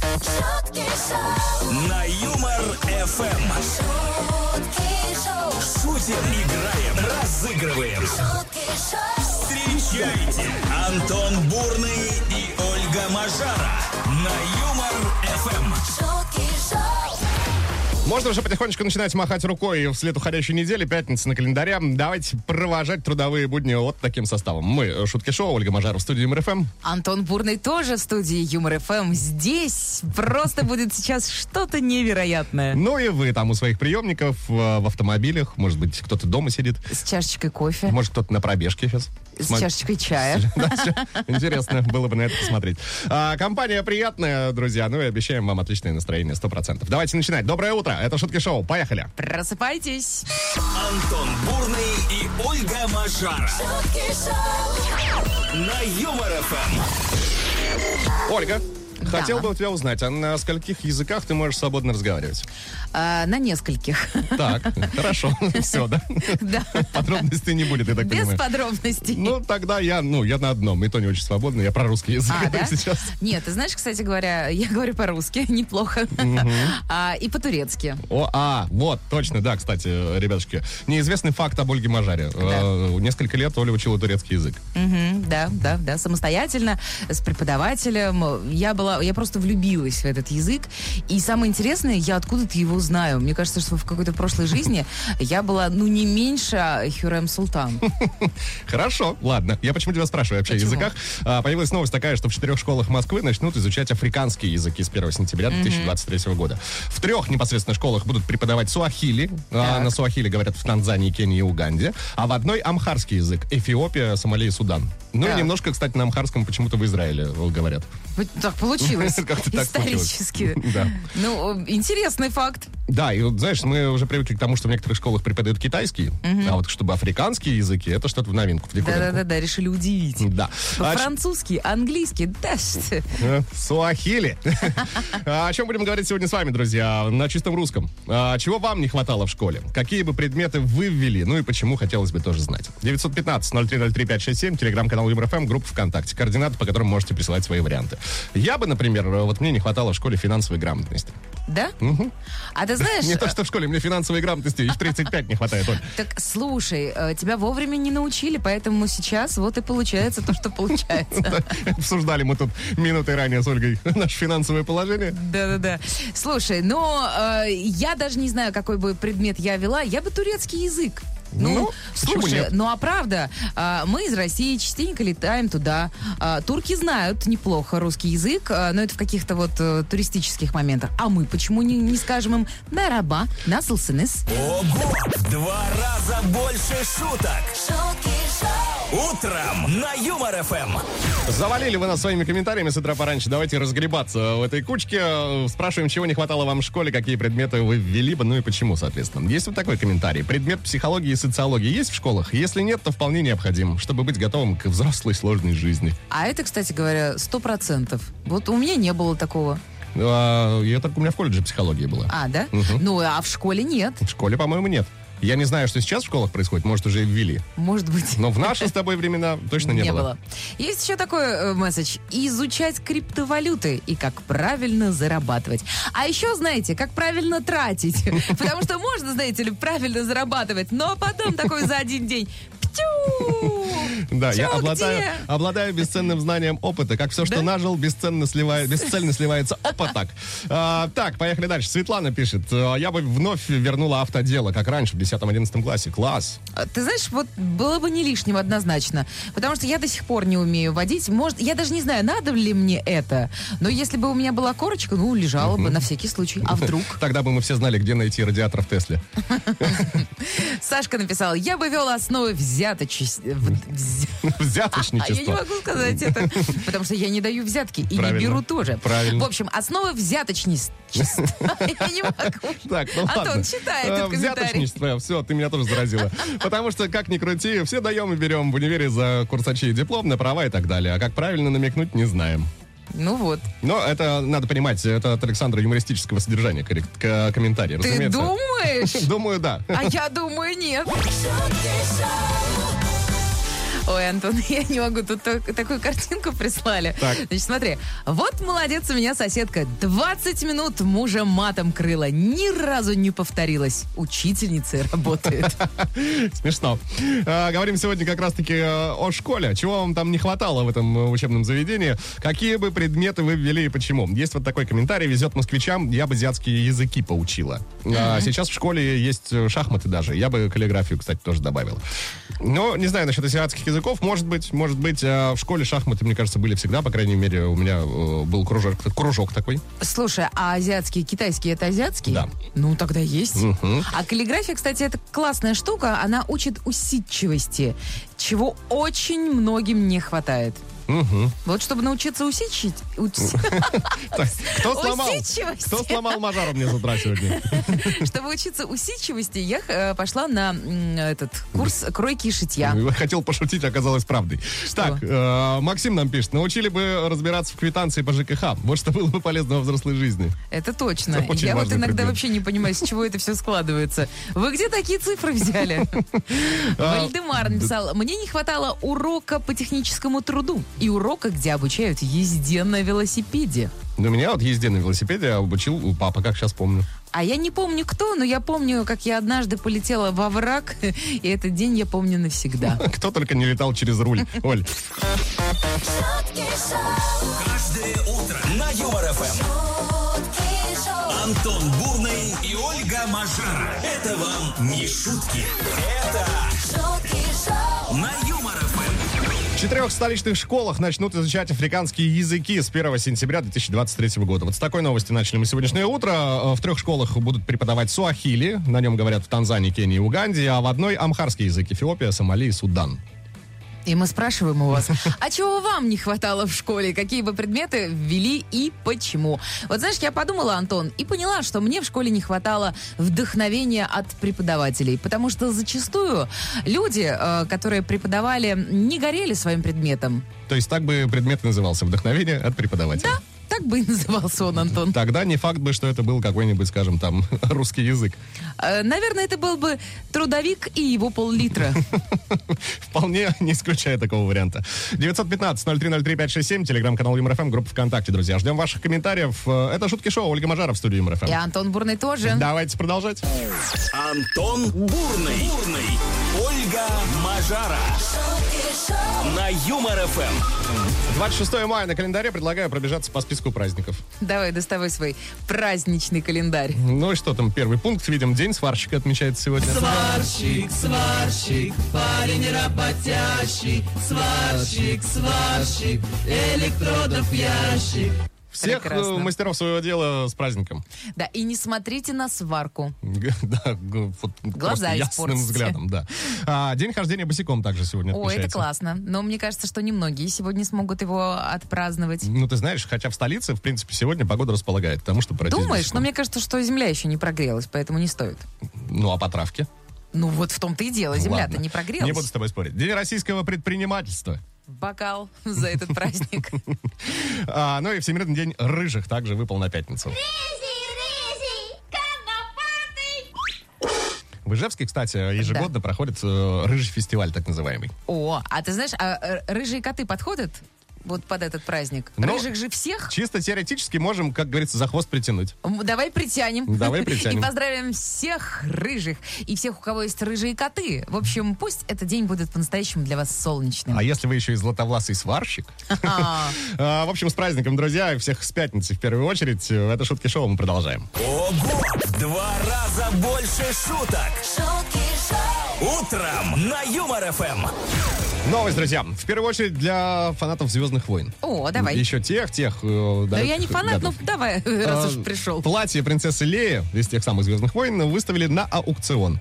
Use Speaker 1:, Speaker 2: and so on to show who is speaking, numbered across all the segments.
Speaker 1: Шутки шоу,
Speaker 2: На Юмор ФМ
Speaker 1: шутки шоу,
Speaker 2: шутим, играем, разыгрываем.
Speaker 1: шутки шоу,
Speaker 2: Встречайте Антон Бурный и Ольга Мажара на Юмор Эм. ФМ.
Speaker 1: шутки шоу,
Speaker 3: Можно уже потихонечку начинать махать рукой вслед уходящей недели, пятница на календаре. Давайте провожать трудовые будни вот таким составом. Мы, э, Шутки Шоу, Ольга Мажаров, в студии МРФМ.
Speaker 4: Антон Бурный тоже в студии Юмор ФМ. Здесь просто будет сейчас что-то невероятное.
Speaker 3: Ну и вы там у своих приемников, э, в автомобилях, может быть, кто-то дома сидит,
Speaker 4: С чашечкой кофе,
Speaker 3: может, кто-то на пробежке сейчас.
Speaker 4: с чашечкой чая.
Speaker 3: Интересно было бы на это посмотреть. А, Компания приятная, друзья, ну и обещаем вам отличное настроение, 100%. Давайте начинать. Доброе утро, это Шутки Шоу, поехали.
Speaker 4: Просыпайтесь.
Speaker 2: Антон Бурный и Ольга Мажара
Speaker 1: шутки шоу,
Speaker 2: на Юмор Эм. ФМ.
Speaker 3: Ольга,
Speaker 4: Да.
Speaker 3: хотел бы у тебя узнать, а на скольких языках ты можешь свободно разговаривать?
Speaker 4: А, на нескольких.
Speaker 3: Так, хорошо, все, да?
Speaker 4: Да.
Speaker 3: Подробностей не будет, я так
Speaker 4: Без
Speaker 3: понимаю.
Speaker 4: подробностей.
Speaker 3: Ну, тогда я, ну, я на одном, и то не очень свободно, я про русский язык
Speaker 4: А, да?
Speaker 3: сейчас.
Speaker 4: Нет, ты знаешь, кстати говоря, я говорю по-русски, неплохо. А, и по-турецки.
Speaker 3: О, а, вот, точно, да, кстати, э, ребятушки. Неизвестный факт об Ольге Мажаре. Э, Несколько лет Оля учила турецкий язык.
Speaker 4: Мгм, да, да, да, самостоятельно, с преподавателем. Я была, я просто влюбилась в этот язык. И самое интересное, я откуда-то его знаю. Мне кажется, что в какой-то прошлой жизни я была, ну, не меньше Хюрем Султан.
Speaker 3: Хорошо, ладно. Я почему тебя спрашиваю вообще о
Speaker 4: Почему?
Speaker 3: языках? А, появилась новость такая, что в четырех школах Москвы начнут изучать африканские языки с 1 сентября 2023 года. В трех непосредственно школах будут преподавать суахили. А,
Speaker 4: Так.
Speaker 3: на суахили говорят в Танзании, Кении и Уганде. А в одной амхарский язык. Эфиопия, Сомали и Судан. Ну и
Speaker 4: Так.
Speaker 3: немножко, кстати, на амхарском почему-то в Израиле э, говорят.
Speaker 4: Вот Так получилось.
Speaker 3: Как-то так случилось.
Speaker 4: Исторически.
Speaker 3: Да.
Speaker 4: Ну, интересный факт.
Speaker 3: Да, и вот, знаешь, мы уже привыкли к тому, что в некоторых школах преподают китайский, а вот чтобы африканские языки, это что-то в новинку, в диковинку.
Speaker 4: Да-да-да, решили удивить.
Speaker 3: Да. А,
Speaker 4: Французский, английский, да, что-
Speaker 3: Э, Суахили. А О чем будем говорить сегодня с вами, друзья? На чистом русском. А Чего вам не хватало в школе? Какие бы предметы вы ввели? Ну и почему, хотелось бы тоже знать. 915-0303-567, телеграм-канал ЮморФМ, группа ВКонтакте. Координаты, по которым можете присылать свои варианты. Я бы, например, э, вот мне не хватало в школе финансовой грамотности.
Speaker 4: да? А ты знаешь,
Speaker 3: Не то, что в школе, мне финансовой грамотности и в 35 не хватает. Оль.
Speaker 4: Так слушай, э, тебя вовремя не научили, поэтому сейчас вот и получается то, что получается.
Speaker 3: Обсуждали мы тут минуты ранее с Ольгой наше финансовое положение.
Speaker 4: Да-да-да. Слушай, но э, я даже не знаю, какой бы предмет я вела, я бы турецкий язык.
Speaker 3: Ну,
Speaker 4: Ну,
Speaker 3: почему
Speaker 4: слушай,
Speaker 3: нет?
Speaker 4: ну а правда, а, мы из России частенько летаем туда. А, Турки знают неплохо русский язык, а, но это в каких-то вот э, туристических моментах. А мы почему не, не скажем им «нараба», «насылсыныс»?
Speaker 2: Ого! В два раза больше шуток.
Speaker 1: шутки шоу,
Speaker 2: Утром на Юмор Эм. ФМ.
Speaker 3: Завалили вы нас своими комментариями с утра пораньше. Давайте разгребаться в этой кучке. Спрашиваем, чего не хватало вам в школе, какие предметы вы ввели бы, ну и почему, соответственно. Есть вот такой комментарий. Предмет психологии и социологии есть в школах? Если нет, то вполне необходим, чтобы быть готовым к взрослой сложной жизни.
Speaker 4: А это, кстати говоря, сто процентов. Вот у меня не было такого.
Speaker 3: Ну, а я так у меня в колледже психология была.
Speaker 4: А, да? Ну, а в школе нет,
Speaker 3: В школе, по-моему, нет. Я не знаю, что сейчас в школах происходит, может, уже и ввели.
Speaker 4: может быть.
Speaker 3: Но в наши с тобой времена точно не, было.
Speaker 4: Есть еще такой э, месседж. Изучать криптовалюты и как правильно зарабатывать. А еще, знаете, как правильно тратить. Потому что можно, знаете ли, правильно зарабатывать, но потом такой за один день. Птю!
Speaker 3: Да, я
Speaker 4: Тю,
Speaker 3: обладаю,
Speaker 4: где?
Speaker 3: обладаю бесценным знанием опыта. Как все, что
Speaker 4: Да?
Speaker 3: нажил, бесценно, сливает, бесцельно сливается опыток. А, так, поехали дальше. Светлана пишет. «А, Я бы вновь вернула автодело, как раньше, в 10-11 классе. Класс.
Speaker 4: А, Ты знаешь, вот было бы не лишним однозначно, потому что я до сих пор не умею водить. Может, я даже не знаю, надо ли мне это. Но если бы у меня была корочка, ну, лежала бы на всякий случай. А вдруг?
Speaker 3: Тогда бы мы все знали, где найти радиатор в Тесле.
Speaker 4: Сашка написал, я бы вел основы взяточности. А я не
Speaker 3: Взяточничество.
Speaker 4: могу сказать это, потому что я не даю взятки и
Speaker 3: Правильно.
Speaker 4: не беру тоже.
Speaker 3: Правильно.
Speaker 4: В общем, основа взяточничества. Я не могу.
Speaker 3: Так, ну
Speaker 4: Антон,
Speaker 3: ладно.
Speaker 4: читай
Speaker 3: А,
Speaker 4: этот комментарий.
Speaker 3: Взяточничество. Все, ты меня тоже заразила. Потому что, как ни крути, все даем и берем в универе за курсачи и диплом, на права и так далее. А как правильно намекнуть, не знаем.
Speaker 4: Ну вот.
Speaker 3: Но это надо понимать, это от Александра юмористического содержания коррек- к- комментарий,
Speaker 4: Ты
Speaker 3: разумеется.
Speaker 4: думаешь?
Speaker 3: Думаю, да.
Speaker 4: А я думаю, нет.
Speaker 1: шутки шоу,
Speaker 4: Ой, Антон, я не могу, тут так- такую картинку прислали.
Speaker 3: Так.
Speaker 4: Значит, смотри, вот молодец у меня соседка, 20 минут мужа матом крыла, ни разу не повторилась, учительницей работает.
Speaker 3: Смешно. А, Говорим сегодня как раз-таки э, о школе. Чего вам там не хватало в этом э, учебном заведении? Какие бы предметы вы ввели и почему? Есть вот такой комментарий. Везет москвичам, я бы азиатские языки поучила. А, Сейчас в школе есть э, шахматы даже. Я бы каллиграфию, кстати, тоже добавил. Но не знаю насчет азиатских языков. Может быть, может быть, э, в школе шахматы, мне кажется, были всегда. По крайней мере, у меня э, был кружок, кружок такой.
Speaker 4: Слушай, а азиатские, китайские это азиатские?
Speaker 3: Да.
Speaker 4: Ну, тогда есть. А каллиграфия, кстати, это классная штука, она учит усидчивости, чего очень многим не хватает. Вот чтобы научиться усидчить, ус-
Speaker 3: Так, Кто сломал?
Speaker 4: Усидчивость.
Speaker 3: Кто сломал мажару мне с утра сегодня?
Speaker 4: чтобы учиться усидчивости, я э, пошла на м, этот курс кройки и шитья.
Speaker 3: Хотел пошутить, а оказалось правдой. Так, э, Максим нам пишет, научили бы разбираться в квитанции по ЖКХ. Вот что было бы полезно во взрослой жизни.
Speaker 4: Это точно.
Speaker 3: Это очень
Speaker 4: я вот
Speaker 3: важный
Speaker 4: иногда
Speaker 3: предмет.
Speaker 4: вообще не понимаю, с чего это все складывается. Вы где такие цифры взяли?
Speaker 3: А,
Speaker 4: Вальдемар написал, мне не хватало урока по техническому труду и урока, где обучают езде на велосипеде.
Speaker 3: Ну, меня вот езде на велосипеде обучил у папа, как сейчас помню.
Speaker 4: А я не помню кто, но я помню, как я однажды полетела во враг, и этот день я помню навсегда.
Speaker 3: Кто только не летал через руль. Оль,
Speaker 1: Шутки шоу.
Speaker 2: Каждое утро на Юмор ФМ.
Speaker 1: Шутки шоу.
Speaker 2: Антон Бурный и Ольга Мажара. Это вам не шутки. Это
Speaker 1: Шутки шоу.
Speaker 2: на Юмор Эм. ФМ.
Speaker 3: в четырех столичных школах начнут изучать африканские языки с 1 сентября 2023 года. Вот с такой новости начали мы сегодняшнее утро. Э, В трех школах будут преподавать суахили, на нем говорят в Танзании, Кении и Уганде, а в одной амхарский язык Эфиопия, Сомали и Судан.
Speaker 4: И мы спрашиваем у вас, а чего вам не хватало в школе? Какие бы предметы ввели и почему? Вот знаешь, я подумала, Антон, и поняла, что мне в школе не хватало вдохновения от преподавателей. Потому что зачастую люди, э, которые преподавали, не горели своим предметом.
Speaker 3: То есть так бы предмет и назывался «Вдохновение от преподавателя».
Speaker 4: Да, так бы и назывался он, Антон.
Speaker 3: Тогда не факт бы, что это был какой-нибудь, скажем, там, русский язык.
Speaker 4: Э, Наверное, это был бы трудовик и его пол-литра.
Speaker 3: Вполне не исключая такого варианта. 915-0303-567, телеграм-канал ЮморФМ, группа ВКонтакте, друзья. Ждем ваших комментариев. Э, Это «Шутки шоу», Ольга Мажаров в студии ЮморФМ.
Speaker 4: И Антон Бурный тоже.
Speaker 3: Давайте продолжать.
Speaker 2: Антон Бурный. Бурный. Ольга Мажара.
Speaker 1: Шутки шоу.
Speaker 2: На Юмор ФМ.
Speaker 3: 26 мая на календаре предлагаю пробежаться по списку праздников.
Speaker 4: Давай, доставай свой праздничный календарь.
Speaker 3: Ну и что там, первый пункт, видим, День сварщика отмечается сегодня.
Speaker 5: Сварщик, сварщик, парень работящий, сварщик, сварщик, электродов ящик.
Speaker 3: Всех э,
Speaker 4: Прекрасно.
Speaker 3: мастеров своего дела с праздником.
Speaker 4: Да, и не смотрите на сварку.
Speaker 3: Г- Да, г- вот просто ясным
Speaker 4: испортите.
Speaker 3: взглядом, да. А, день хождения босиком также сегодня
Speaker 4: О, это
Speaker 3: отмечается.
Speaker 4: классно. Но мне кажется, что немногие сегодня смогут его отпраздновать.
Speaker 3: Ну, ты знаешь, хотя в столице, в принципе, сегодня погода располагает к тому, что пройтись
Speaker 4: Думаешь? Но
Speaker 3: босиком.
Speaker 4: мне кажется, что земля еще не прогрелась, поэтому не стоит.
Speaker 3: Ну, а по травке?
Speaker 4: Ну вот в том-то и дело. Земля-то
Speaker 3: Ладно.
Speaker 4: не прогрелась.
Speaker 3: Не буду с тобой спорить. День российского предпринимательства.
Speaker 4: Бокал за этот праздник.
Speaker 3: А, ну и Всемирный день рыжих также выпал на пятницу.
Speaker 1: Рыжий, рыжий, конопатый.
Speaker 3: В Ижевске, кстати, ежегодно проходит э, рыжий фестиваль, так называемый.
Speaker 4: О, а ты знаешь, а э, рыжие коты подходят вот под этот праздник?
Speaker 3: Ну,
Speaker 4: Рыжих же всех?
Speaker 3: Чисто теоретически можем, как говорится, за хвост притянуть.
Speaker 4: М, Давай притянем.
Speaker 3: Ну, Давай притянем.
Speaker 4: И поздравим всех рыжих и всех, у кого есть рыжие коты. В общем, пусть этот день будет по-настоящему для вас солнечным.
Speaker 3: А если вы еще и златовласый сварщик? А, В общем, с праздником, друзья, и всех с пятницы в первую очередь. Это «Шутки шоу» мы продолжаем.
Speaker 2: Ого! В два раза больше шуток.
Speaker 1: Шутки шоу.
Speaker 2: Утром на Юмор ФМ.
Speaker 3: Новость, друзья. В первую очередь для фанатов «Звездных войн».
Speaker 4: О, давай.
Speaker 3: Еще тех, тех. э, Да А,
Speaker 4: Да я не фанат, ну давай, раз уж пришел.
Speaker 3: Платье принцессы Леи из тех самых «Звездных войн» выставили на аукцион.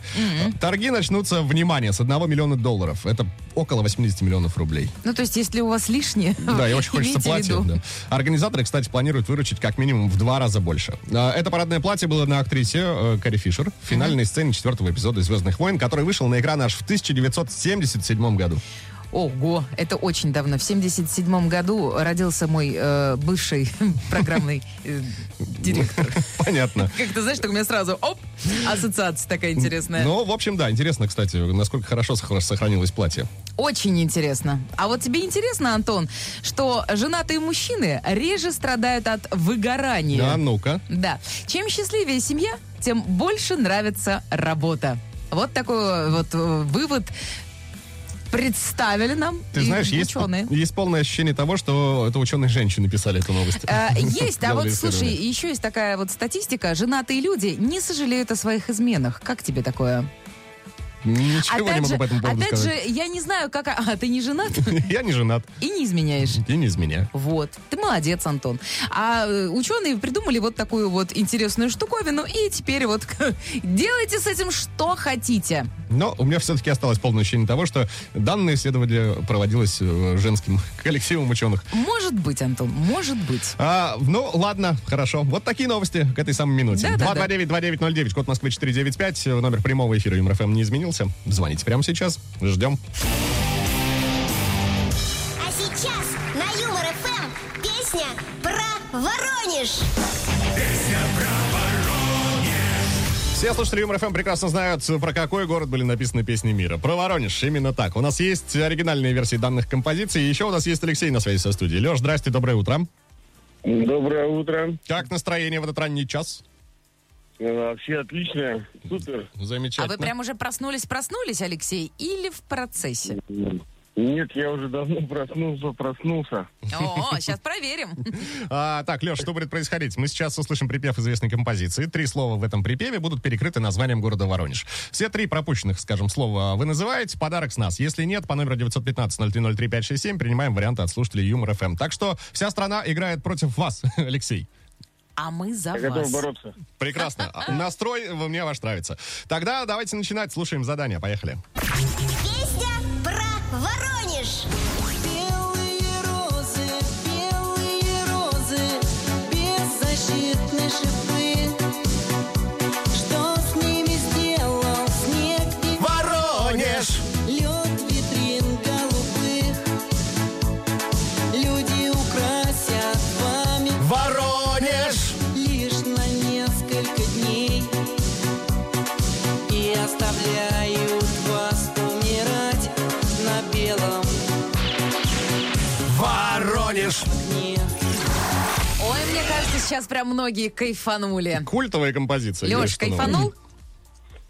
Speaker 3: Торги начнутся, внимание, с 1 миллиона долларов. Это около 80 миллионов рублей.
Speaker 4: Ну, то есть, если у вас лишнее,
Speaker 3: Да, и очень хочется
Speaker 4: имейте в
Speaker 3: платье.
Speaker 4: виду.
Speaker 3: да. Организаторы, кстати, планируют выручить как минимум в два раза больше. А, Это парадное платье было на актрисе э, Кэрри Фишер в финальной сцене четвертого эпизода «Звездных войн», который вышел на экран аж в 1977 году.
Speaker 4: Ого, это очень давно. В 77 году родился мой э, бывший программный э, директор.
Speaker 3: Понятно.
Speaker 4: Как-то, знаешь, так у меня сразу, оп, ассоциация такая интересная.
Speaker 3: Ну, в общем, да, интересно, кстати, насколько хорошо сох- сохранилось платье.
Speaker 4: Очень интересно. А вот тебе интересно, Антон, что женатые мужчины реже страдают от выгорания.
Speaker 3: А ну-ка.
Speaker 4: Да. Чем счастливее семья, тем больше нравится работа. Вот такой вот э, вывод представили нам
Speaker 3: Ты
Speaker 4: и
Speaker 3: знаешь, есть,
Speaker 4: ученые.
Speaker 3: есть полное ощущение того, что это ученые женщины писали эту новость.
Speaker 4: Э, Есть, а
Speaker 3: Делали
Speaker 4: вот слушай,
Speaker 3: исследование.
Speaker 4: еще есть такая вот статистика. Женатые люди не сожалеют о своих изменах. Как тебе такое?
Speaker 3: Ничего не могу
Speaker 4: же,
Speaker 3: по этому поводу
Speaker 4: опять
Speaker 3: сказать.
Speaker 4: же, я не знаю, как... А, ты не женат
Speaker 3: Я не женат.
Speaker 4: и не изменяешь.
Speaker 3: И не из меня.
Speaker 4: Вот. Ты молодец, Антон. А э, ученые придумали вот такую вот интересную штуковину. И теперь вот делайте с этим что хотите.
Speaker 3: Но у меня все-таки осталось полное ощущение того, что данное исследование проводилось э, женским коллективом ученых.
Speaker 4: Может быть, Антон, может быть.
Speaker 3: А, ну, ладно, хорошо. Вот такие новости к этой самой минуте.
Speaker 4: Да-да-да.
Speaker 3: 229-2909, код Москвы 495, э, номер прямого эфира МРФМ не изменился. Звоните прямо сейчас, ждем.
Speaker 1: А сейчас на Юмор ФМ песня про Воронеж.
Speaker 3: Все слушатели Юмор ФМ прекрасно знают, про какой город были написаны песни мира. Про Воронеж, именно так. У нас есть оригинальные версии данных композиций, и еще у нас есть Алексей на связи со студией. Леш, здрасте, доброе утро.
Speaker 6: Доброе утро.
Speaker 3: Как настроение в этот ранний час?
Speaker 6: Э, Вообще отлично. Супер.
Speaker 4: А
Speaker 3: Замечательно.
Speaker 4: вы прям уже проснулись-проснулись, Алексей, или в процессе?
Speaker 6: Нет, я уже давно проснулся, проснулся.
Speaker 4: О, сейчас проверим.
Speaker 3: А, так, Леш, что будет происходить? Мы сейчас услышим припев известной композиции. Три слова в этом припеве будут перекрыты названием города Воронеж. Все три пропущенных, скажем, слова вы называете. Подарок с нас. Если нет, по номеру 915-0303-567 принимаем варианты от слушателей Юмор ФМ. Так что вся страна играет против вас, Алексей.
Speaker 4: А мы за
Speaker 6: Я готов
Speaker 4: вас.
Speaker 6: бороться.
Speaker 3: Прекрасно. А, Настрой э, мне ваш нравится. Тогда давайте начинать. Слушаем задание. Поехали.
Speaker 1: Песня про Воронеж.
Speaker 7: Белые розы, белые розы, беззащитны шипы. Что с ними сделал снег и
Speaker 3: Воронеж!
Speaker 7: лед витрин голубых? Люди украсят вами
Speaker 3: Воронеж!
Speaker 7: лишь на несколько дней и оставляют вас умирать на белом
Speaker 3: Воронеж!
Speaker 7: дне.
Speaker 4: Ой, мне кажется, сейчас прям многие кайфанули.
Speaker 3: Культовая композиция.
Speaker 4: Леш,
Speaker 3: Есть что нового.
Speaker 4: кайфанул?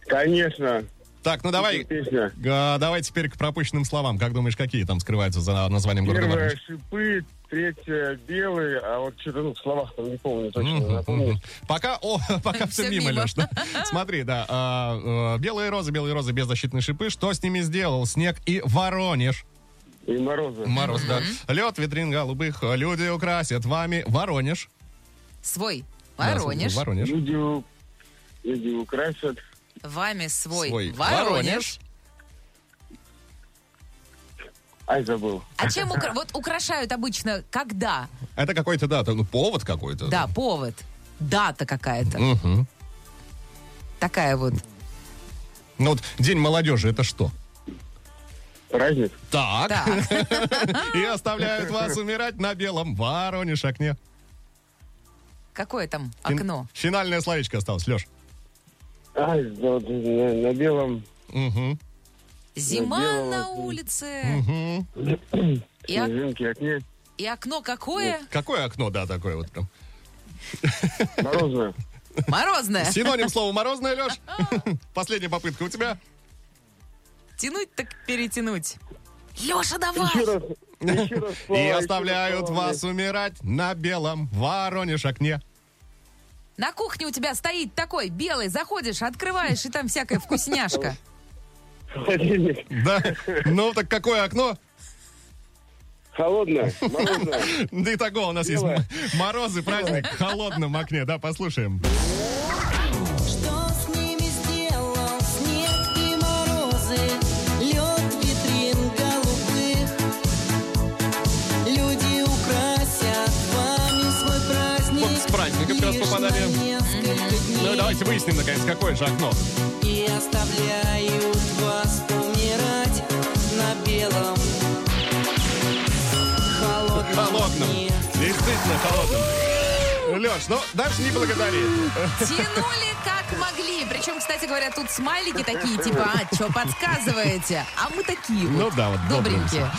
Speaker 6: Конечно.
Speaker 3: Так, ну давай,
Speaker 6: Песня.
Speaker 3: А, давай теперь к пропущенным словам. Как думаешь, какие там скрываются за названием города
Speaker 6: Первая
Speaker 3: Воронеж?
Speaker 6: шипы, третья белые, а вот что-то ну, в словах там не помню точно.
Speaker 3: Мгм,
Speaker 6: напомню.
Speaker 3: мгм. Пока, о, пока все
Speaker 4: Всё
Speaker 3: мимо,
Speaker 4: мимо.
Speaker 3: Леш. да? Смотри, да. а, э, Белые розы, белые розы, беззащитные шипы. Что с ними сделал снег и Воронеж?
Speaker 6: И морозы.
Speaker 3: Мороз, да. Лед, витрин голубых, люди украсят вами Воронеж.
Speaker 4: Свой. ну,
Speaker 3: Да,
Speaker 4: Воронеж.
Speaker 3: Воронеж.
Speaker 6: Люди, у- люди украсят.
Speaker 4: Вами свой.
Speaker 3: Свой.
Speaker 4: Воронеж.
Speaker 6: Ай, забыл.
Speaker 4: А чем укра- вот украшают обычно? Когда?
Speaker 3: Это какой-то, да, ну, повод какой-то.
Speaker 4: Да, повод. Дата какая-то.
Speaker 3: Мгм.
Speaker 4: Такая вот.
Speaker 3: Ну вот День молодежи, это что?
Speaker 6: Праздник.
Speaker 3: Так.
Speaker 4: Так.
Speaker 3: И оставляют вас умирать на белом Воронеж окне.
Speaker 4: Какое там
Speaker 3: Фин-
Speaker 4: окно?
Speaker 3: Финальное словечко осталось, Леш.
Speaker 6: Ай, да вот на, на белом.
Speaker 4: Зима
Speaker 6: делала
Speaker 4: на
Speaker 6: это.
Speaker 4: улице. И, ок-
Speaker 6: Снежинки, окне.
Speaker 4: и окно какое?
Speaker 3: Какое окно, да, такое вот прям.
Speaker 6: Морозы.
Speaker 4: Морозное.
Speaker 3: Синоним слова морозное, Леш. Последняя попытка у тебя.
Speaker 4: Тянуть так перетянуть. Леша,
Speaker 6: Еще
Speaker 4: давай!
Speaker 6: раз. еще раз слова,
Speaker 3: И
Speaker 6: еще раз
Speaker 3: оставляют
Speaker 6: слова.
Speaker 3: вас умирать на белом Воронеж окне.
Speaker 4: На кухне у тебя стоит такой белый, заходишь, открываешь, и там всякая вкусняшка.
Speaker 6: Холодильник.
Speaker 3: Да. Ну так какое окно?
Speaker 6: Холодно. Морозно.
Speaker 3: Да и такого у нас есть
Speaker 6: Белое.
Speaker 3: м- морозы, праздник в холодном окне. Да, послушаем.
Speaker 7: Что с ними сделал снег и морозы, лед витрин голубых? Люди украсят вами свой праздник.
Speaker 3: Вот с праздником как раз
Speaker 7: лишь на
Speaker 3: попадали.
Speaker 7: несколько
Speaker 3: Ну
Speaker 7: дней.
Speaker 3: давайте выясним наконец, какое же окно.
Speaker 7: И оставляют вас умирать на белом холодном,
Speaker 3: Холодным.
Speaker 7: дне.
Speaker 3: Действительно холодным. Леш, ну дальше не благодари.
Speaker 4: Тянули как могли. Причем, кстати говоря, тут смайлики такие, типа, а, что подсказываете? А мы такие
Speaker 3: Ну
Speaker 4: вот,
Speaker 3: да, вот
Speaker 4: добренькие.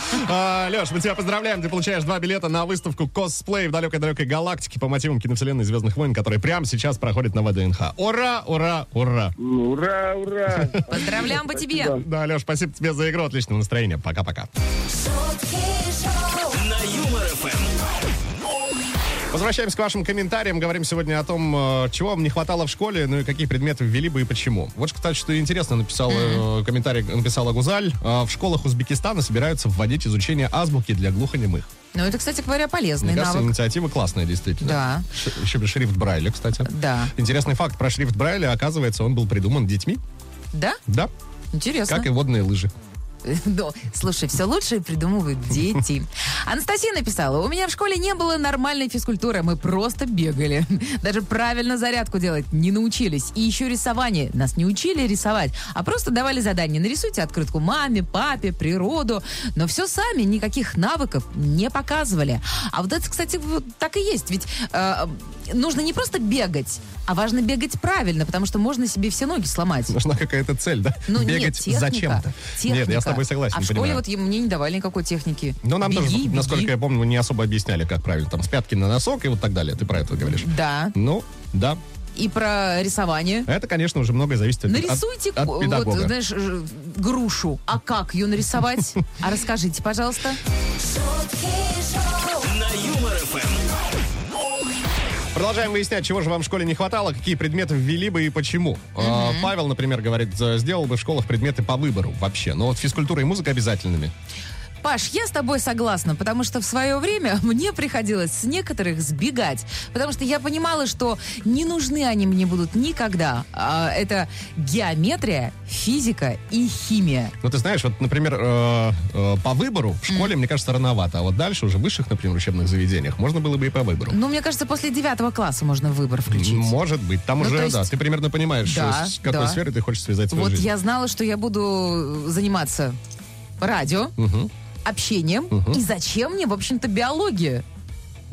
Speaker 3: Леш, мы тебя поздравляем. Ты получаешь два билета на выставку косплей в далекой-далекой галактике по мотивам киновселенной «Звездных войн», которая прямо сейчас проходит на ВДНХ. Ура, ура, ура.
Speaker 6: Ну, Ура, ура!
Speaker 4: Поздравляем по тебе.
Speaker 3: Да, Леш, спасибо тебе за игру. Отличного настроения. Пока-пока.
Speaker 1: Шутки шоу.
Speaker 2: На Юмор ФМ.
Speaker 3: Возвращаемся к вашим комментариям. Говорим сегодня о том, э, чего вам не хватало в школе, ну и какие предметы ввели бы и почему. Вот, кстати, что интересно, написал э, комментарий, написала Гузаль. Э, В школах Узбекистана собираются вводить изучение азбуки для глухонемых.
Speaker 4: Ну, это, кстати говоря, полезный
Speaker 3: Мне кажется,
Speaker 4: Ну, навык.
Speaker 3: инициатива классная, действительно.
Speaker 4: Да.
Speaker 3: Ш- еще бы шрифт Брайля, кстати.
Speaker 4: Да.
Speaker 3: Интересный факт про шрифт Брайля. Оказывается, он был придуман детьми.
Speaker 4: Да?
Speaker 3: Да.
Speaker 4: Интересно.
Speaker 3: Как и водные лыжи.
Speaker 4: Ну, слушай, все лучшее придумывают дети. Анастасия написала, у меня в школе не было нормальной физкультуры, мы просто бегали. Даже правильно зарядку делать не научились. И еще рисование. Нас не учили рисовать, а просто давали задание. Нарисуйте открытку маме, папе, природу. Но все сами, никаких навыков не показывали. А вот это, кстати, вот так и есть. Ведь э, нужно не просто бегать, а важно бегать правильно, потому что можно себе все ноги сломать.
Speaker 3: Нужна какая-то цель, да?
Speaker 4: Ну, нет,
Speaker 3: Бегать
Speaker 4: техника.
Speaker 3: зачем-то.
Speaker 4: Техника.
Speaker 3: Нет, я с тобой согласен,
Speaker 4: А в школе
Speaker 3: понимаю.
Speaker 4: вот мне не давали никакой техники.
Speaker 3: Но нам
Speaker 4: Беги,
Speaker 3: тоже,
Speaker 4: беги.
Speaker 3: насколько я помню, не особо объясняли, как правильно. Там с пятки на носок и вот так далее. Ты про это говоришь?
Speaker 4: Да,
Speaker 3: Ну, да.
Speaker 4: и про рисование.
Speaker 3: Это, конечно, уже многое зависит от,
Speaker 4: Нарисуйте,
Speaker 3: от, от
Speaker 4: вот,
Speaker 3: педагога.
Speaker 4: знаешь, ж- грушу. А как ее нарисовать? А расскажите, пожалуйста.
Speaker 1: Шутки шоу.
Speaker 2: На Юмор ФМ.
Speaker 3: Продолжаем выяснять, чего же вам в школе не хватало, какие предметы ввели бы и почему. А, Павел, например, говорит, э, сделал бы в школах предметы по выбору вообще. Но вот физкультура и музыка обязательными.
Speaker 4: Паш, я с тобой согласна, потому что в свое время мне приходилось с некоторых сбегать, потому что я понимала, что не нужны они мне будут никогда. А, это геометрия, физика и химия.
Speaker 3: Ну, ты знаешь, вот, например, э, э, по выбору в школе, мне кажется, рановато. А вот дальше уже в высших, например, учебных заведениях можно было бы и по выбору.
Speaker 4: Ну, мне кажется, после девятого класса можно выбор включить.
Speaker 3: Может быть. Там
Speaker 4: Ну,
Speaker 3: уже,
Speaker 4: то есть-
Speaker 3: да, ты примерно понимаешь,
Speaker 4: Да,
Speaker 3: с какой
Speaker 4: да.
Speaker 3: сферой ты хочешь связать свою
Speaker 4: Вот
Speaker 3: жизнь.
Speaker 4: я знала, что я буду э, заниматься радио,
Speaker 3: Мгм.
Speaker 4: общением. И зачем мне, в общем-то, биология?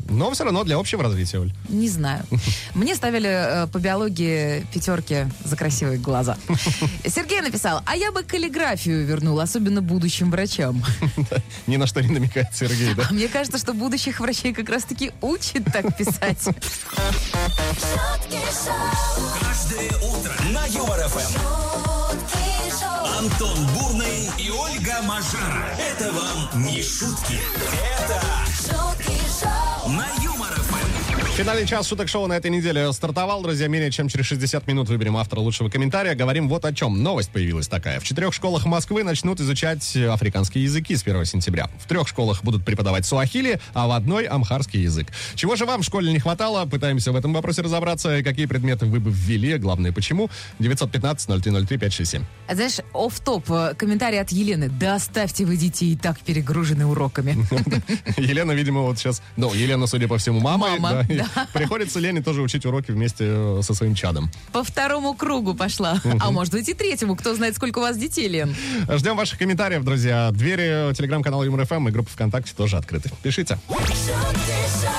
Speaker 3: Но все равно для общего развития, Оль.
Speaker 4: Не знаю. Мне ставили э, по биологии пятерки за красивые глаза. Сергей написал, а я бы каллиграфию вернул, особенно будущим врачам.
Speaker 3: Ни на что не намекает Сергей, да?
Speaker 4: А мне кажется, что будущих врачей как раз-таки учат так писать.
Speaker 1: Шутки шоу.
Speaker 2: Каждое утро на Юмор ФМ.
Speaker 1: Шутки шоу.
Speaker 2: Антон Бурный и Ольга Мажара. Это вам не шутки. Это
Speaker 1: Шутки шоу.
Speaker 2: на Юмор ФМ.
Speaker 3: Финальный час шуток шоу на этой неделе стартовал. Друзья, менее чем через 60 минут выберем автора лучшего комментария. Говорим вот о чем. Новость появилась такая. В четырех школах Москвы начнут изучать э, африканские языки с 1 сентября. В трех школах будут преподавать суахили, а в одной амхарский язык. Чего же вам в школе не хватало? Пытаемся в этом вопросе разобраться. И Какие предметы вы бы ввели, главное почему. 915-0303-567.
Speaker 4: А Знаешь, оф топ комментарий от Елены. Да оставьте вы детей так перегружены уроками.
Speaker 3: Елена, видимо, вот сейчас... Ну, Елена, судя по всему, мама.
Speaker 4: Мама,
Speaker 3: и-
Speaker 4: да.
Speaker 3: Приходится Лене тоже учить уроки вместе э, со своим чадом.
Speaker 4: По второму кругу пошла. А может быть и третьему. Кто знает, сколько у вас детей, Лен.
Speaker 3: Ждем ваших комментариев, друзья. Двери телеграм-канала Юмор ФМ и группа ВКонтакте тоже открыты. Пишите.
Speaker 1: Шутки шоу.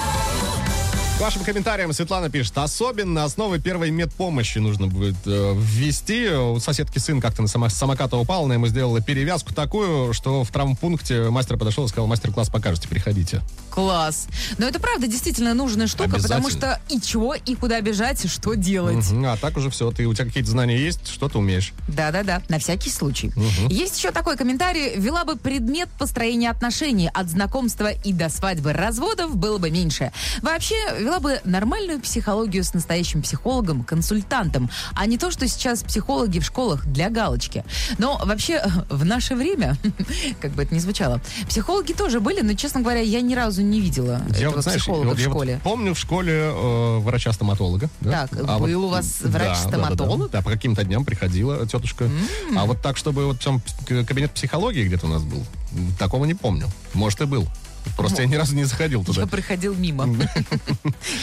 Speaker 3: К вашим комментариям Светлана пишет. Особенно основы первой медпомощи нужно будет э, ввести. У соседки сын как-то на само- с самоката упал, она ему сделала перевязку такую, что в травмпункте мастер подошел и сказал, мастер-класс покажете, приходите.
Speaker 4: Класс. Но это правда действительно нужная штука, потому
Speaker 3: Обязательно.
Speaker 4: что и чего, и куда бежать, и что делать.
Speaker 3: Мгм, А так уже все. Ты, у тебя какие-то знания есть, что ты умеешь.
Speaker 4: Да-да-да, на всякий случай. Есть еще такой комментарий. Вела бы предмет построения отношений от знакомства и до свадьбы. Разводов было бы меньше. Вообще, вела бы нормальную психологию с настоящим психологом, консультантом, а не то, что сейчас психологи в школах для галочки. Но вообще, в наше время, как бы это ни звучало, психологи тоже были, но, честно говоря, я ни разу не видела этого
Speaker 3: вот, знаешь,
Speaker 4: психолога
Speaker 3: вот
Speaker 4: в
Speaker 3: я вот
Speaker 4: школе.
Speaker 3: помню в школе э, врача-стоматолога. да.
Speaker 4: Так, был у вас
Speaker 3: да,
Speaker 4: врач-стоматолог?
Speaker 3: Да, да, да. Да, по каким-то дням приходила тетушка. А вот так, чтобы вот там к- кабинет психологии где-то у нас был, м, такого не помню. Может, и был. Просто я ни разу не заходил
Speaker 4: Я
Speaker 3: туда.
Speaker 4: проходил мимо.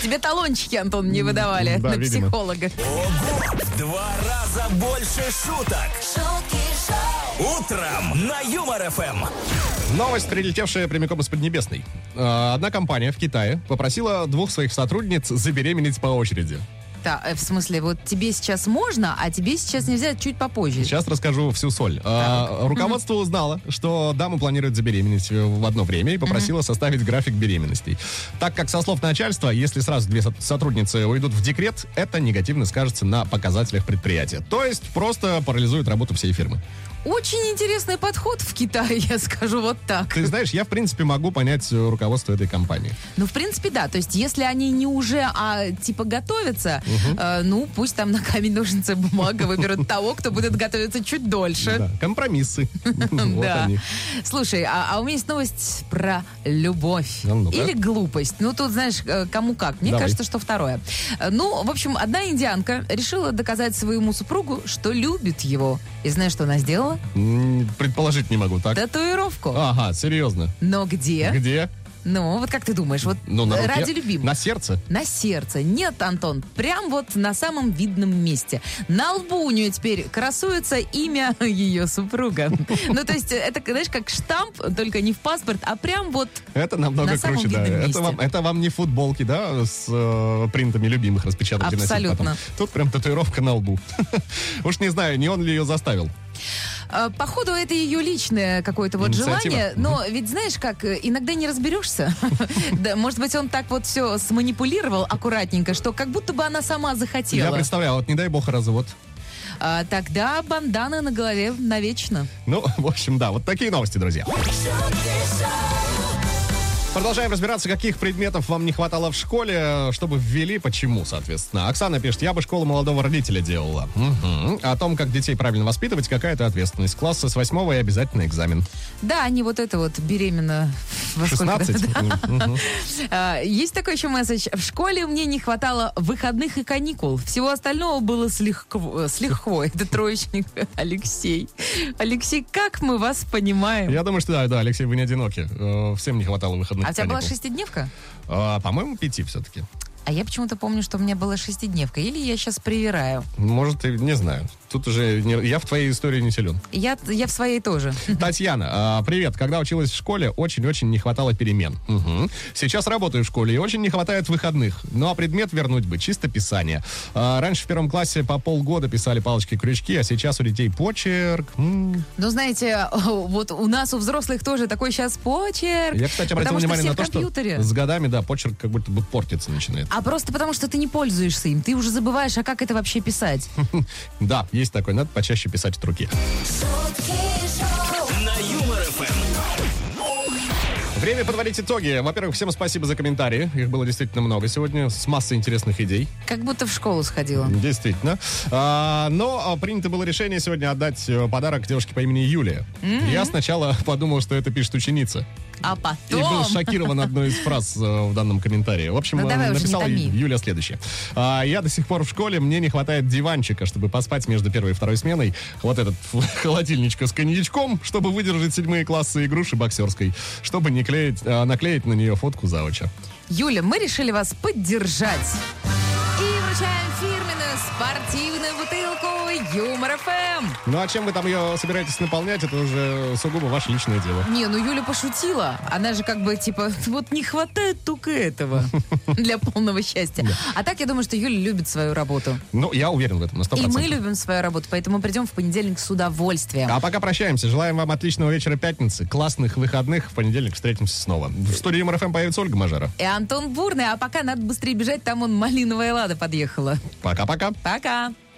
Speaker 4: Тебе талончики, Антон, не выдавали
Speaker 3: Да,
Speaker 4: на
Speaker 3: видимо.
Speaker 4: психолога.
Speaker 2: Ого! В два раза больше шуток.
Speaker 1: Шутки шоу.
Speaker 2: Утром на Юмор Эм. ФМ.
Speaker 3: Новость, прилетевшая прямиком из Поднебесной. Э, Одна компания в Китае попросила двух своих сотрудниц забеременеть по очереди.
Speaker 4: Та- э, в смысле, вот тебе сейчас можно, а тебе сейчас нельзя, чуть попозже.
Speaker 3: Сейчас расскажу всю соль. А, руководство узнало, что дама планирует забеременеть э, в одно время и попросила составить график беременностей. Так как, со слов начальства, если сразу две со- сотрудницы уйдут в декрет, это негативно скажется на показателях предприятия. То есть просто парализует работу всей фирмы.
Speaker 4: Очень интересный подход в Китае, я скажу вот так.
Speaker 3: Ты знаешь, я, в принципе, могу понять э, руководство этой компании.
Speaker 4: Ну, в принципе, да. То есть, если они не уже, а типа готовятся, э, ну, пусть там на камень, ножницы, бумага выберут того, кто будет готовиться чуть дольше.
Speaker 3: Да, Компромиссы. Вот
Speaker 4: Да.
Speaker 3: они.
Speaker 4: Слушай, а, а у меня есть новость про любовь.
Speaker 3: А ну-ка.
Speaker 4: Или глупость. Ну, тут, знаешь, э, кому как. Мне
Speaker 3: Давай.
Speaker 4: кажется, что второе. Э, Ну, в общем, одна индианка решила доказать своему супругу, что любит его. И знаешь, что она сделала?
Speaker 3: М, Предположить не могу, так? А.
Speaker 4: Татуировку.
Speaker 3: Ага, серьезно.
Speaker 4: Но где?
Speaker 3: Где?
Speaker 4: Ну, вот как ты думаешь, вот
Speaker 3: Ну, на руке.
Speaker 4: ради любимого.
Speaker 3: На сердце.
Speaker 4: На сердце. Нет, Антон, прям вот на самом видном месте. На лбу у нее теперь красуется имя ее супруга. Ну, то есть, это, знаешь, как штамп, только не в паспорт, а прям вот...
Speaker 3: Это намного
Speaker 4: На самом
Speaker 3: круче, да.
Speaker 4: видном
Speaker 3: Это
Speaker 4: месте.
Speaker 3: вам, это вам не футболки, да, с э, принтами любимых распечатать и носить потом.
Speaker 4: Абсолютно.
Speaker 3: Тут прям татуировка на лбу. Уж не знаю, не он ли ее заставил.
Speaker 4: э, Походу, это ее личное какое-то вот
Speaker 3: Инициатива.
Speaker 4: желание. Но ведь знаешь как, э, иногда не разберешься. Да, может быть, он так вот все сманипулировал аккуратненько, что как будто бы она сама
Speaker 3: Я
Speaker 4: захотела.
Speaker 3: представляю, вот не дай бог развод.
Speaker 4: А, Тогда бандана на голове навечно.
Speaker 3: Ну, в общем, да, вот такие новости, друзья. Продолжаем разбираться, каких предметов вам не хватало в школе, чтобы ввели, почему, соответственно. Оксана пишет, я бы школу молодого родителя делала. Мгм. О том, как детей правильно воспитывать, какая это ответственность. Класса с восьмого и обязательно экзамен.
Speaker 4: Да, они вот это вот беременна. во сколько, да,
Speaker 3: 16?
Speaker 4: да.
Speaker 3: Мгм.
Speaker 4: А, Есть такой еще месседж. В школе мне не хватало выходных и каникул. Всего остального было с, легко, с лихвой. Это троечник Алексей. Алексей, как мы вас понимаем?
Speaker 3: Я думаю, что да, да, Алексей, вы не одиноки. Э, Всем не хватало выходных.
Speaker 4: А у тебя была
Speaker 3: каникул.
Speaker 4: шестидневка?
Speaker 3: А, По-моему, пяти все-таки.
Speaker 4: А я почему-то помню, что у меня была шестидневка. Или я сейчас привираю.
Speaker 3: Может, и не знаю. Тут уже не- я в твоей истории не силен.
Speaker 4: Я, я в своей тоже.
Speaker 3: Татьяна, а, привет. Когда училась в школе, очень-очень не хватало перемен. Мгм. Сейчас работаю в школе и очень не хватает выходных. Ну а предмет вернуть бы чисто писание. А, раньше в первом классе по полгода писали палочки-крючки, а сейчас у детей почерк. М.
Speaker 4: Ну, знаете, вот у нас, у взрослых тоже такой сейчас почерк.
Speaker 3: Я, кстати, обратил
Speaker 4: потому что
Speaker 3: внимание
Speaker 4: все
Speaker 3: на
Speaker 4: в
Speaker 3: то, что
Speaker 4: компьютере.
Speaker 3: с годами, да, почерк как будто бы портится начинает.
Speaker 4: А просто потому, что ты не пользуешься им. Ты уже забываешь, а как это вообще писать?
Speaker 3: Да, есть такой, надо почаще писать от руки.
Speaker 2: На Юмор ФМ.
Speaker 3: Время подводить итоги. Во-первых, всем спасибо за комментарии. Их было действительно много сегодня, с массой интересных идей.
Speaker 4: Как будто в школу сходила.
Speaker 3: Действительно. А, но а, принято было решение сегодня отдать э, подарок девушке по имени Юлия. Я сначала подумал, что это пишет ученица.
Speaker 4: А
Speaker 3: И был
Speaker 4: потом...
Speaker 3: шокирован одной из фраз э, в данном комментарии. В общем,
Speaker 4: Ну,
Speaker 3: э,
Speaker 4: давай уже, не
Speaker 3: написала
Speaker 4: томи.
Speaker 3: Ю- Юля следующее. А, я до сих пор в школе, мне не хватает диванчика, чтобы поспать между первой и второй сменой. Вот этот фу, холодильничка с коньячком, чтобы выдержать седьмые классы игруши боксерской, чтобы не клеить, а, наклеить на нее фотку зауча.
Speaker 4: Юля, мы решили вас поддержать. И вручаем фирменную спортивную бутылку Юмор ФМ.
Speaker 3: Ну а чем вы там ее собираетесь наполнять, это уже сугубо ваше личное дело.
Speaker 4: Не, ну Юля пошутила. Она же как бы типа, вот не хватает только этого для полного счастья. А так я думаю, что Юля любит свою работу.
Speaker 3: Ну, я уверен в этом на 100%.
Speaker 4: И мы любим свою работу, поэтому придем в понедельник с удовольствием.
Speaker 3: А пока прощаемся. Желаем вам отличного вечера пятницы, классных выходных. В понедельник встретимся снова. В студии Юмор ФМ появится Ольга Мажара.
Speaker 4: И Антон Бурный, а пока надо быстрее бежать, там он малиновая лада подъехала.
Speaker 3: Пока-пока.
Speaker 4: Пока!
Speaker 2: Эм.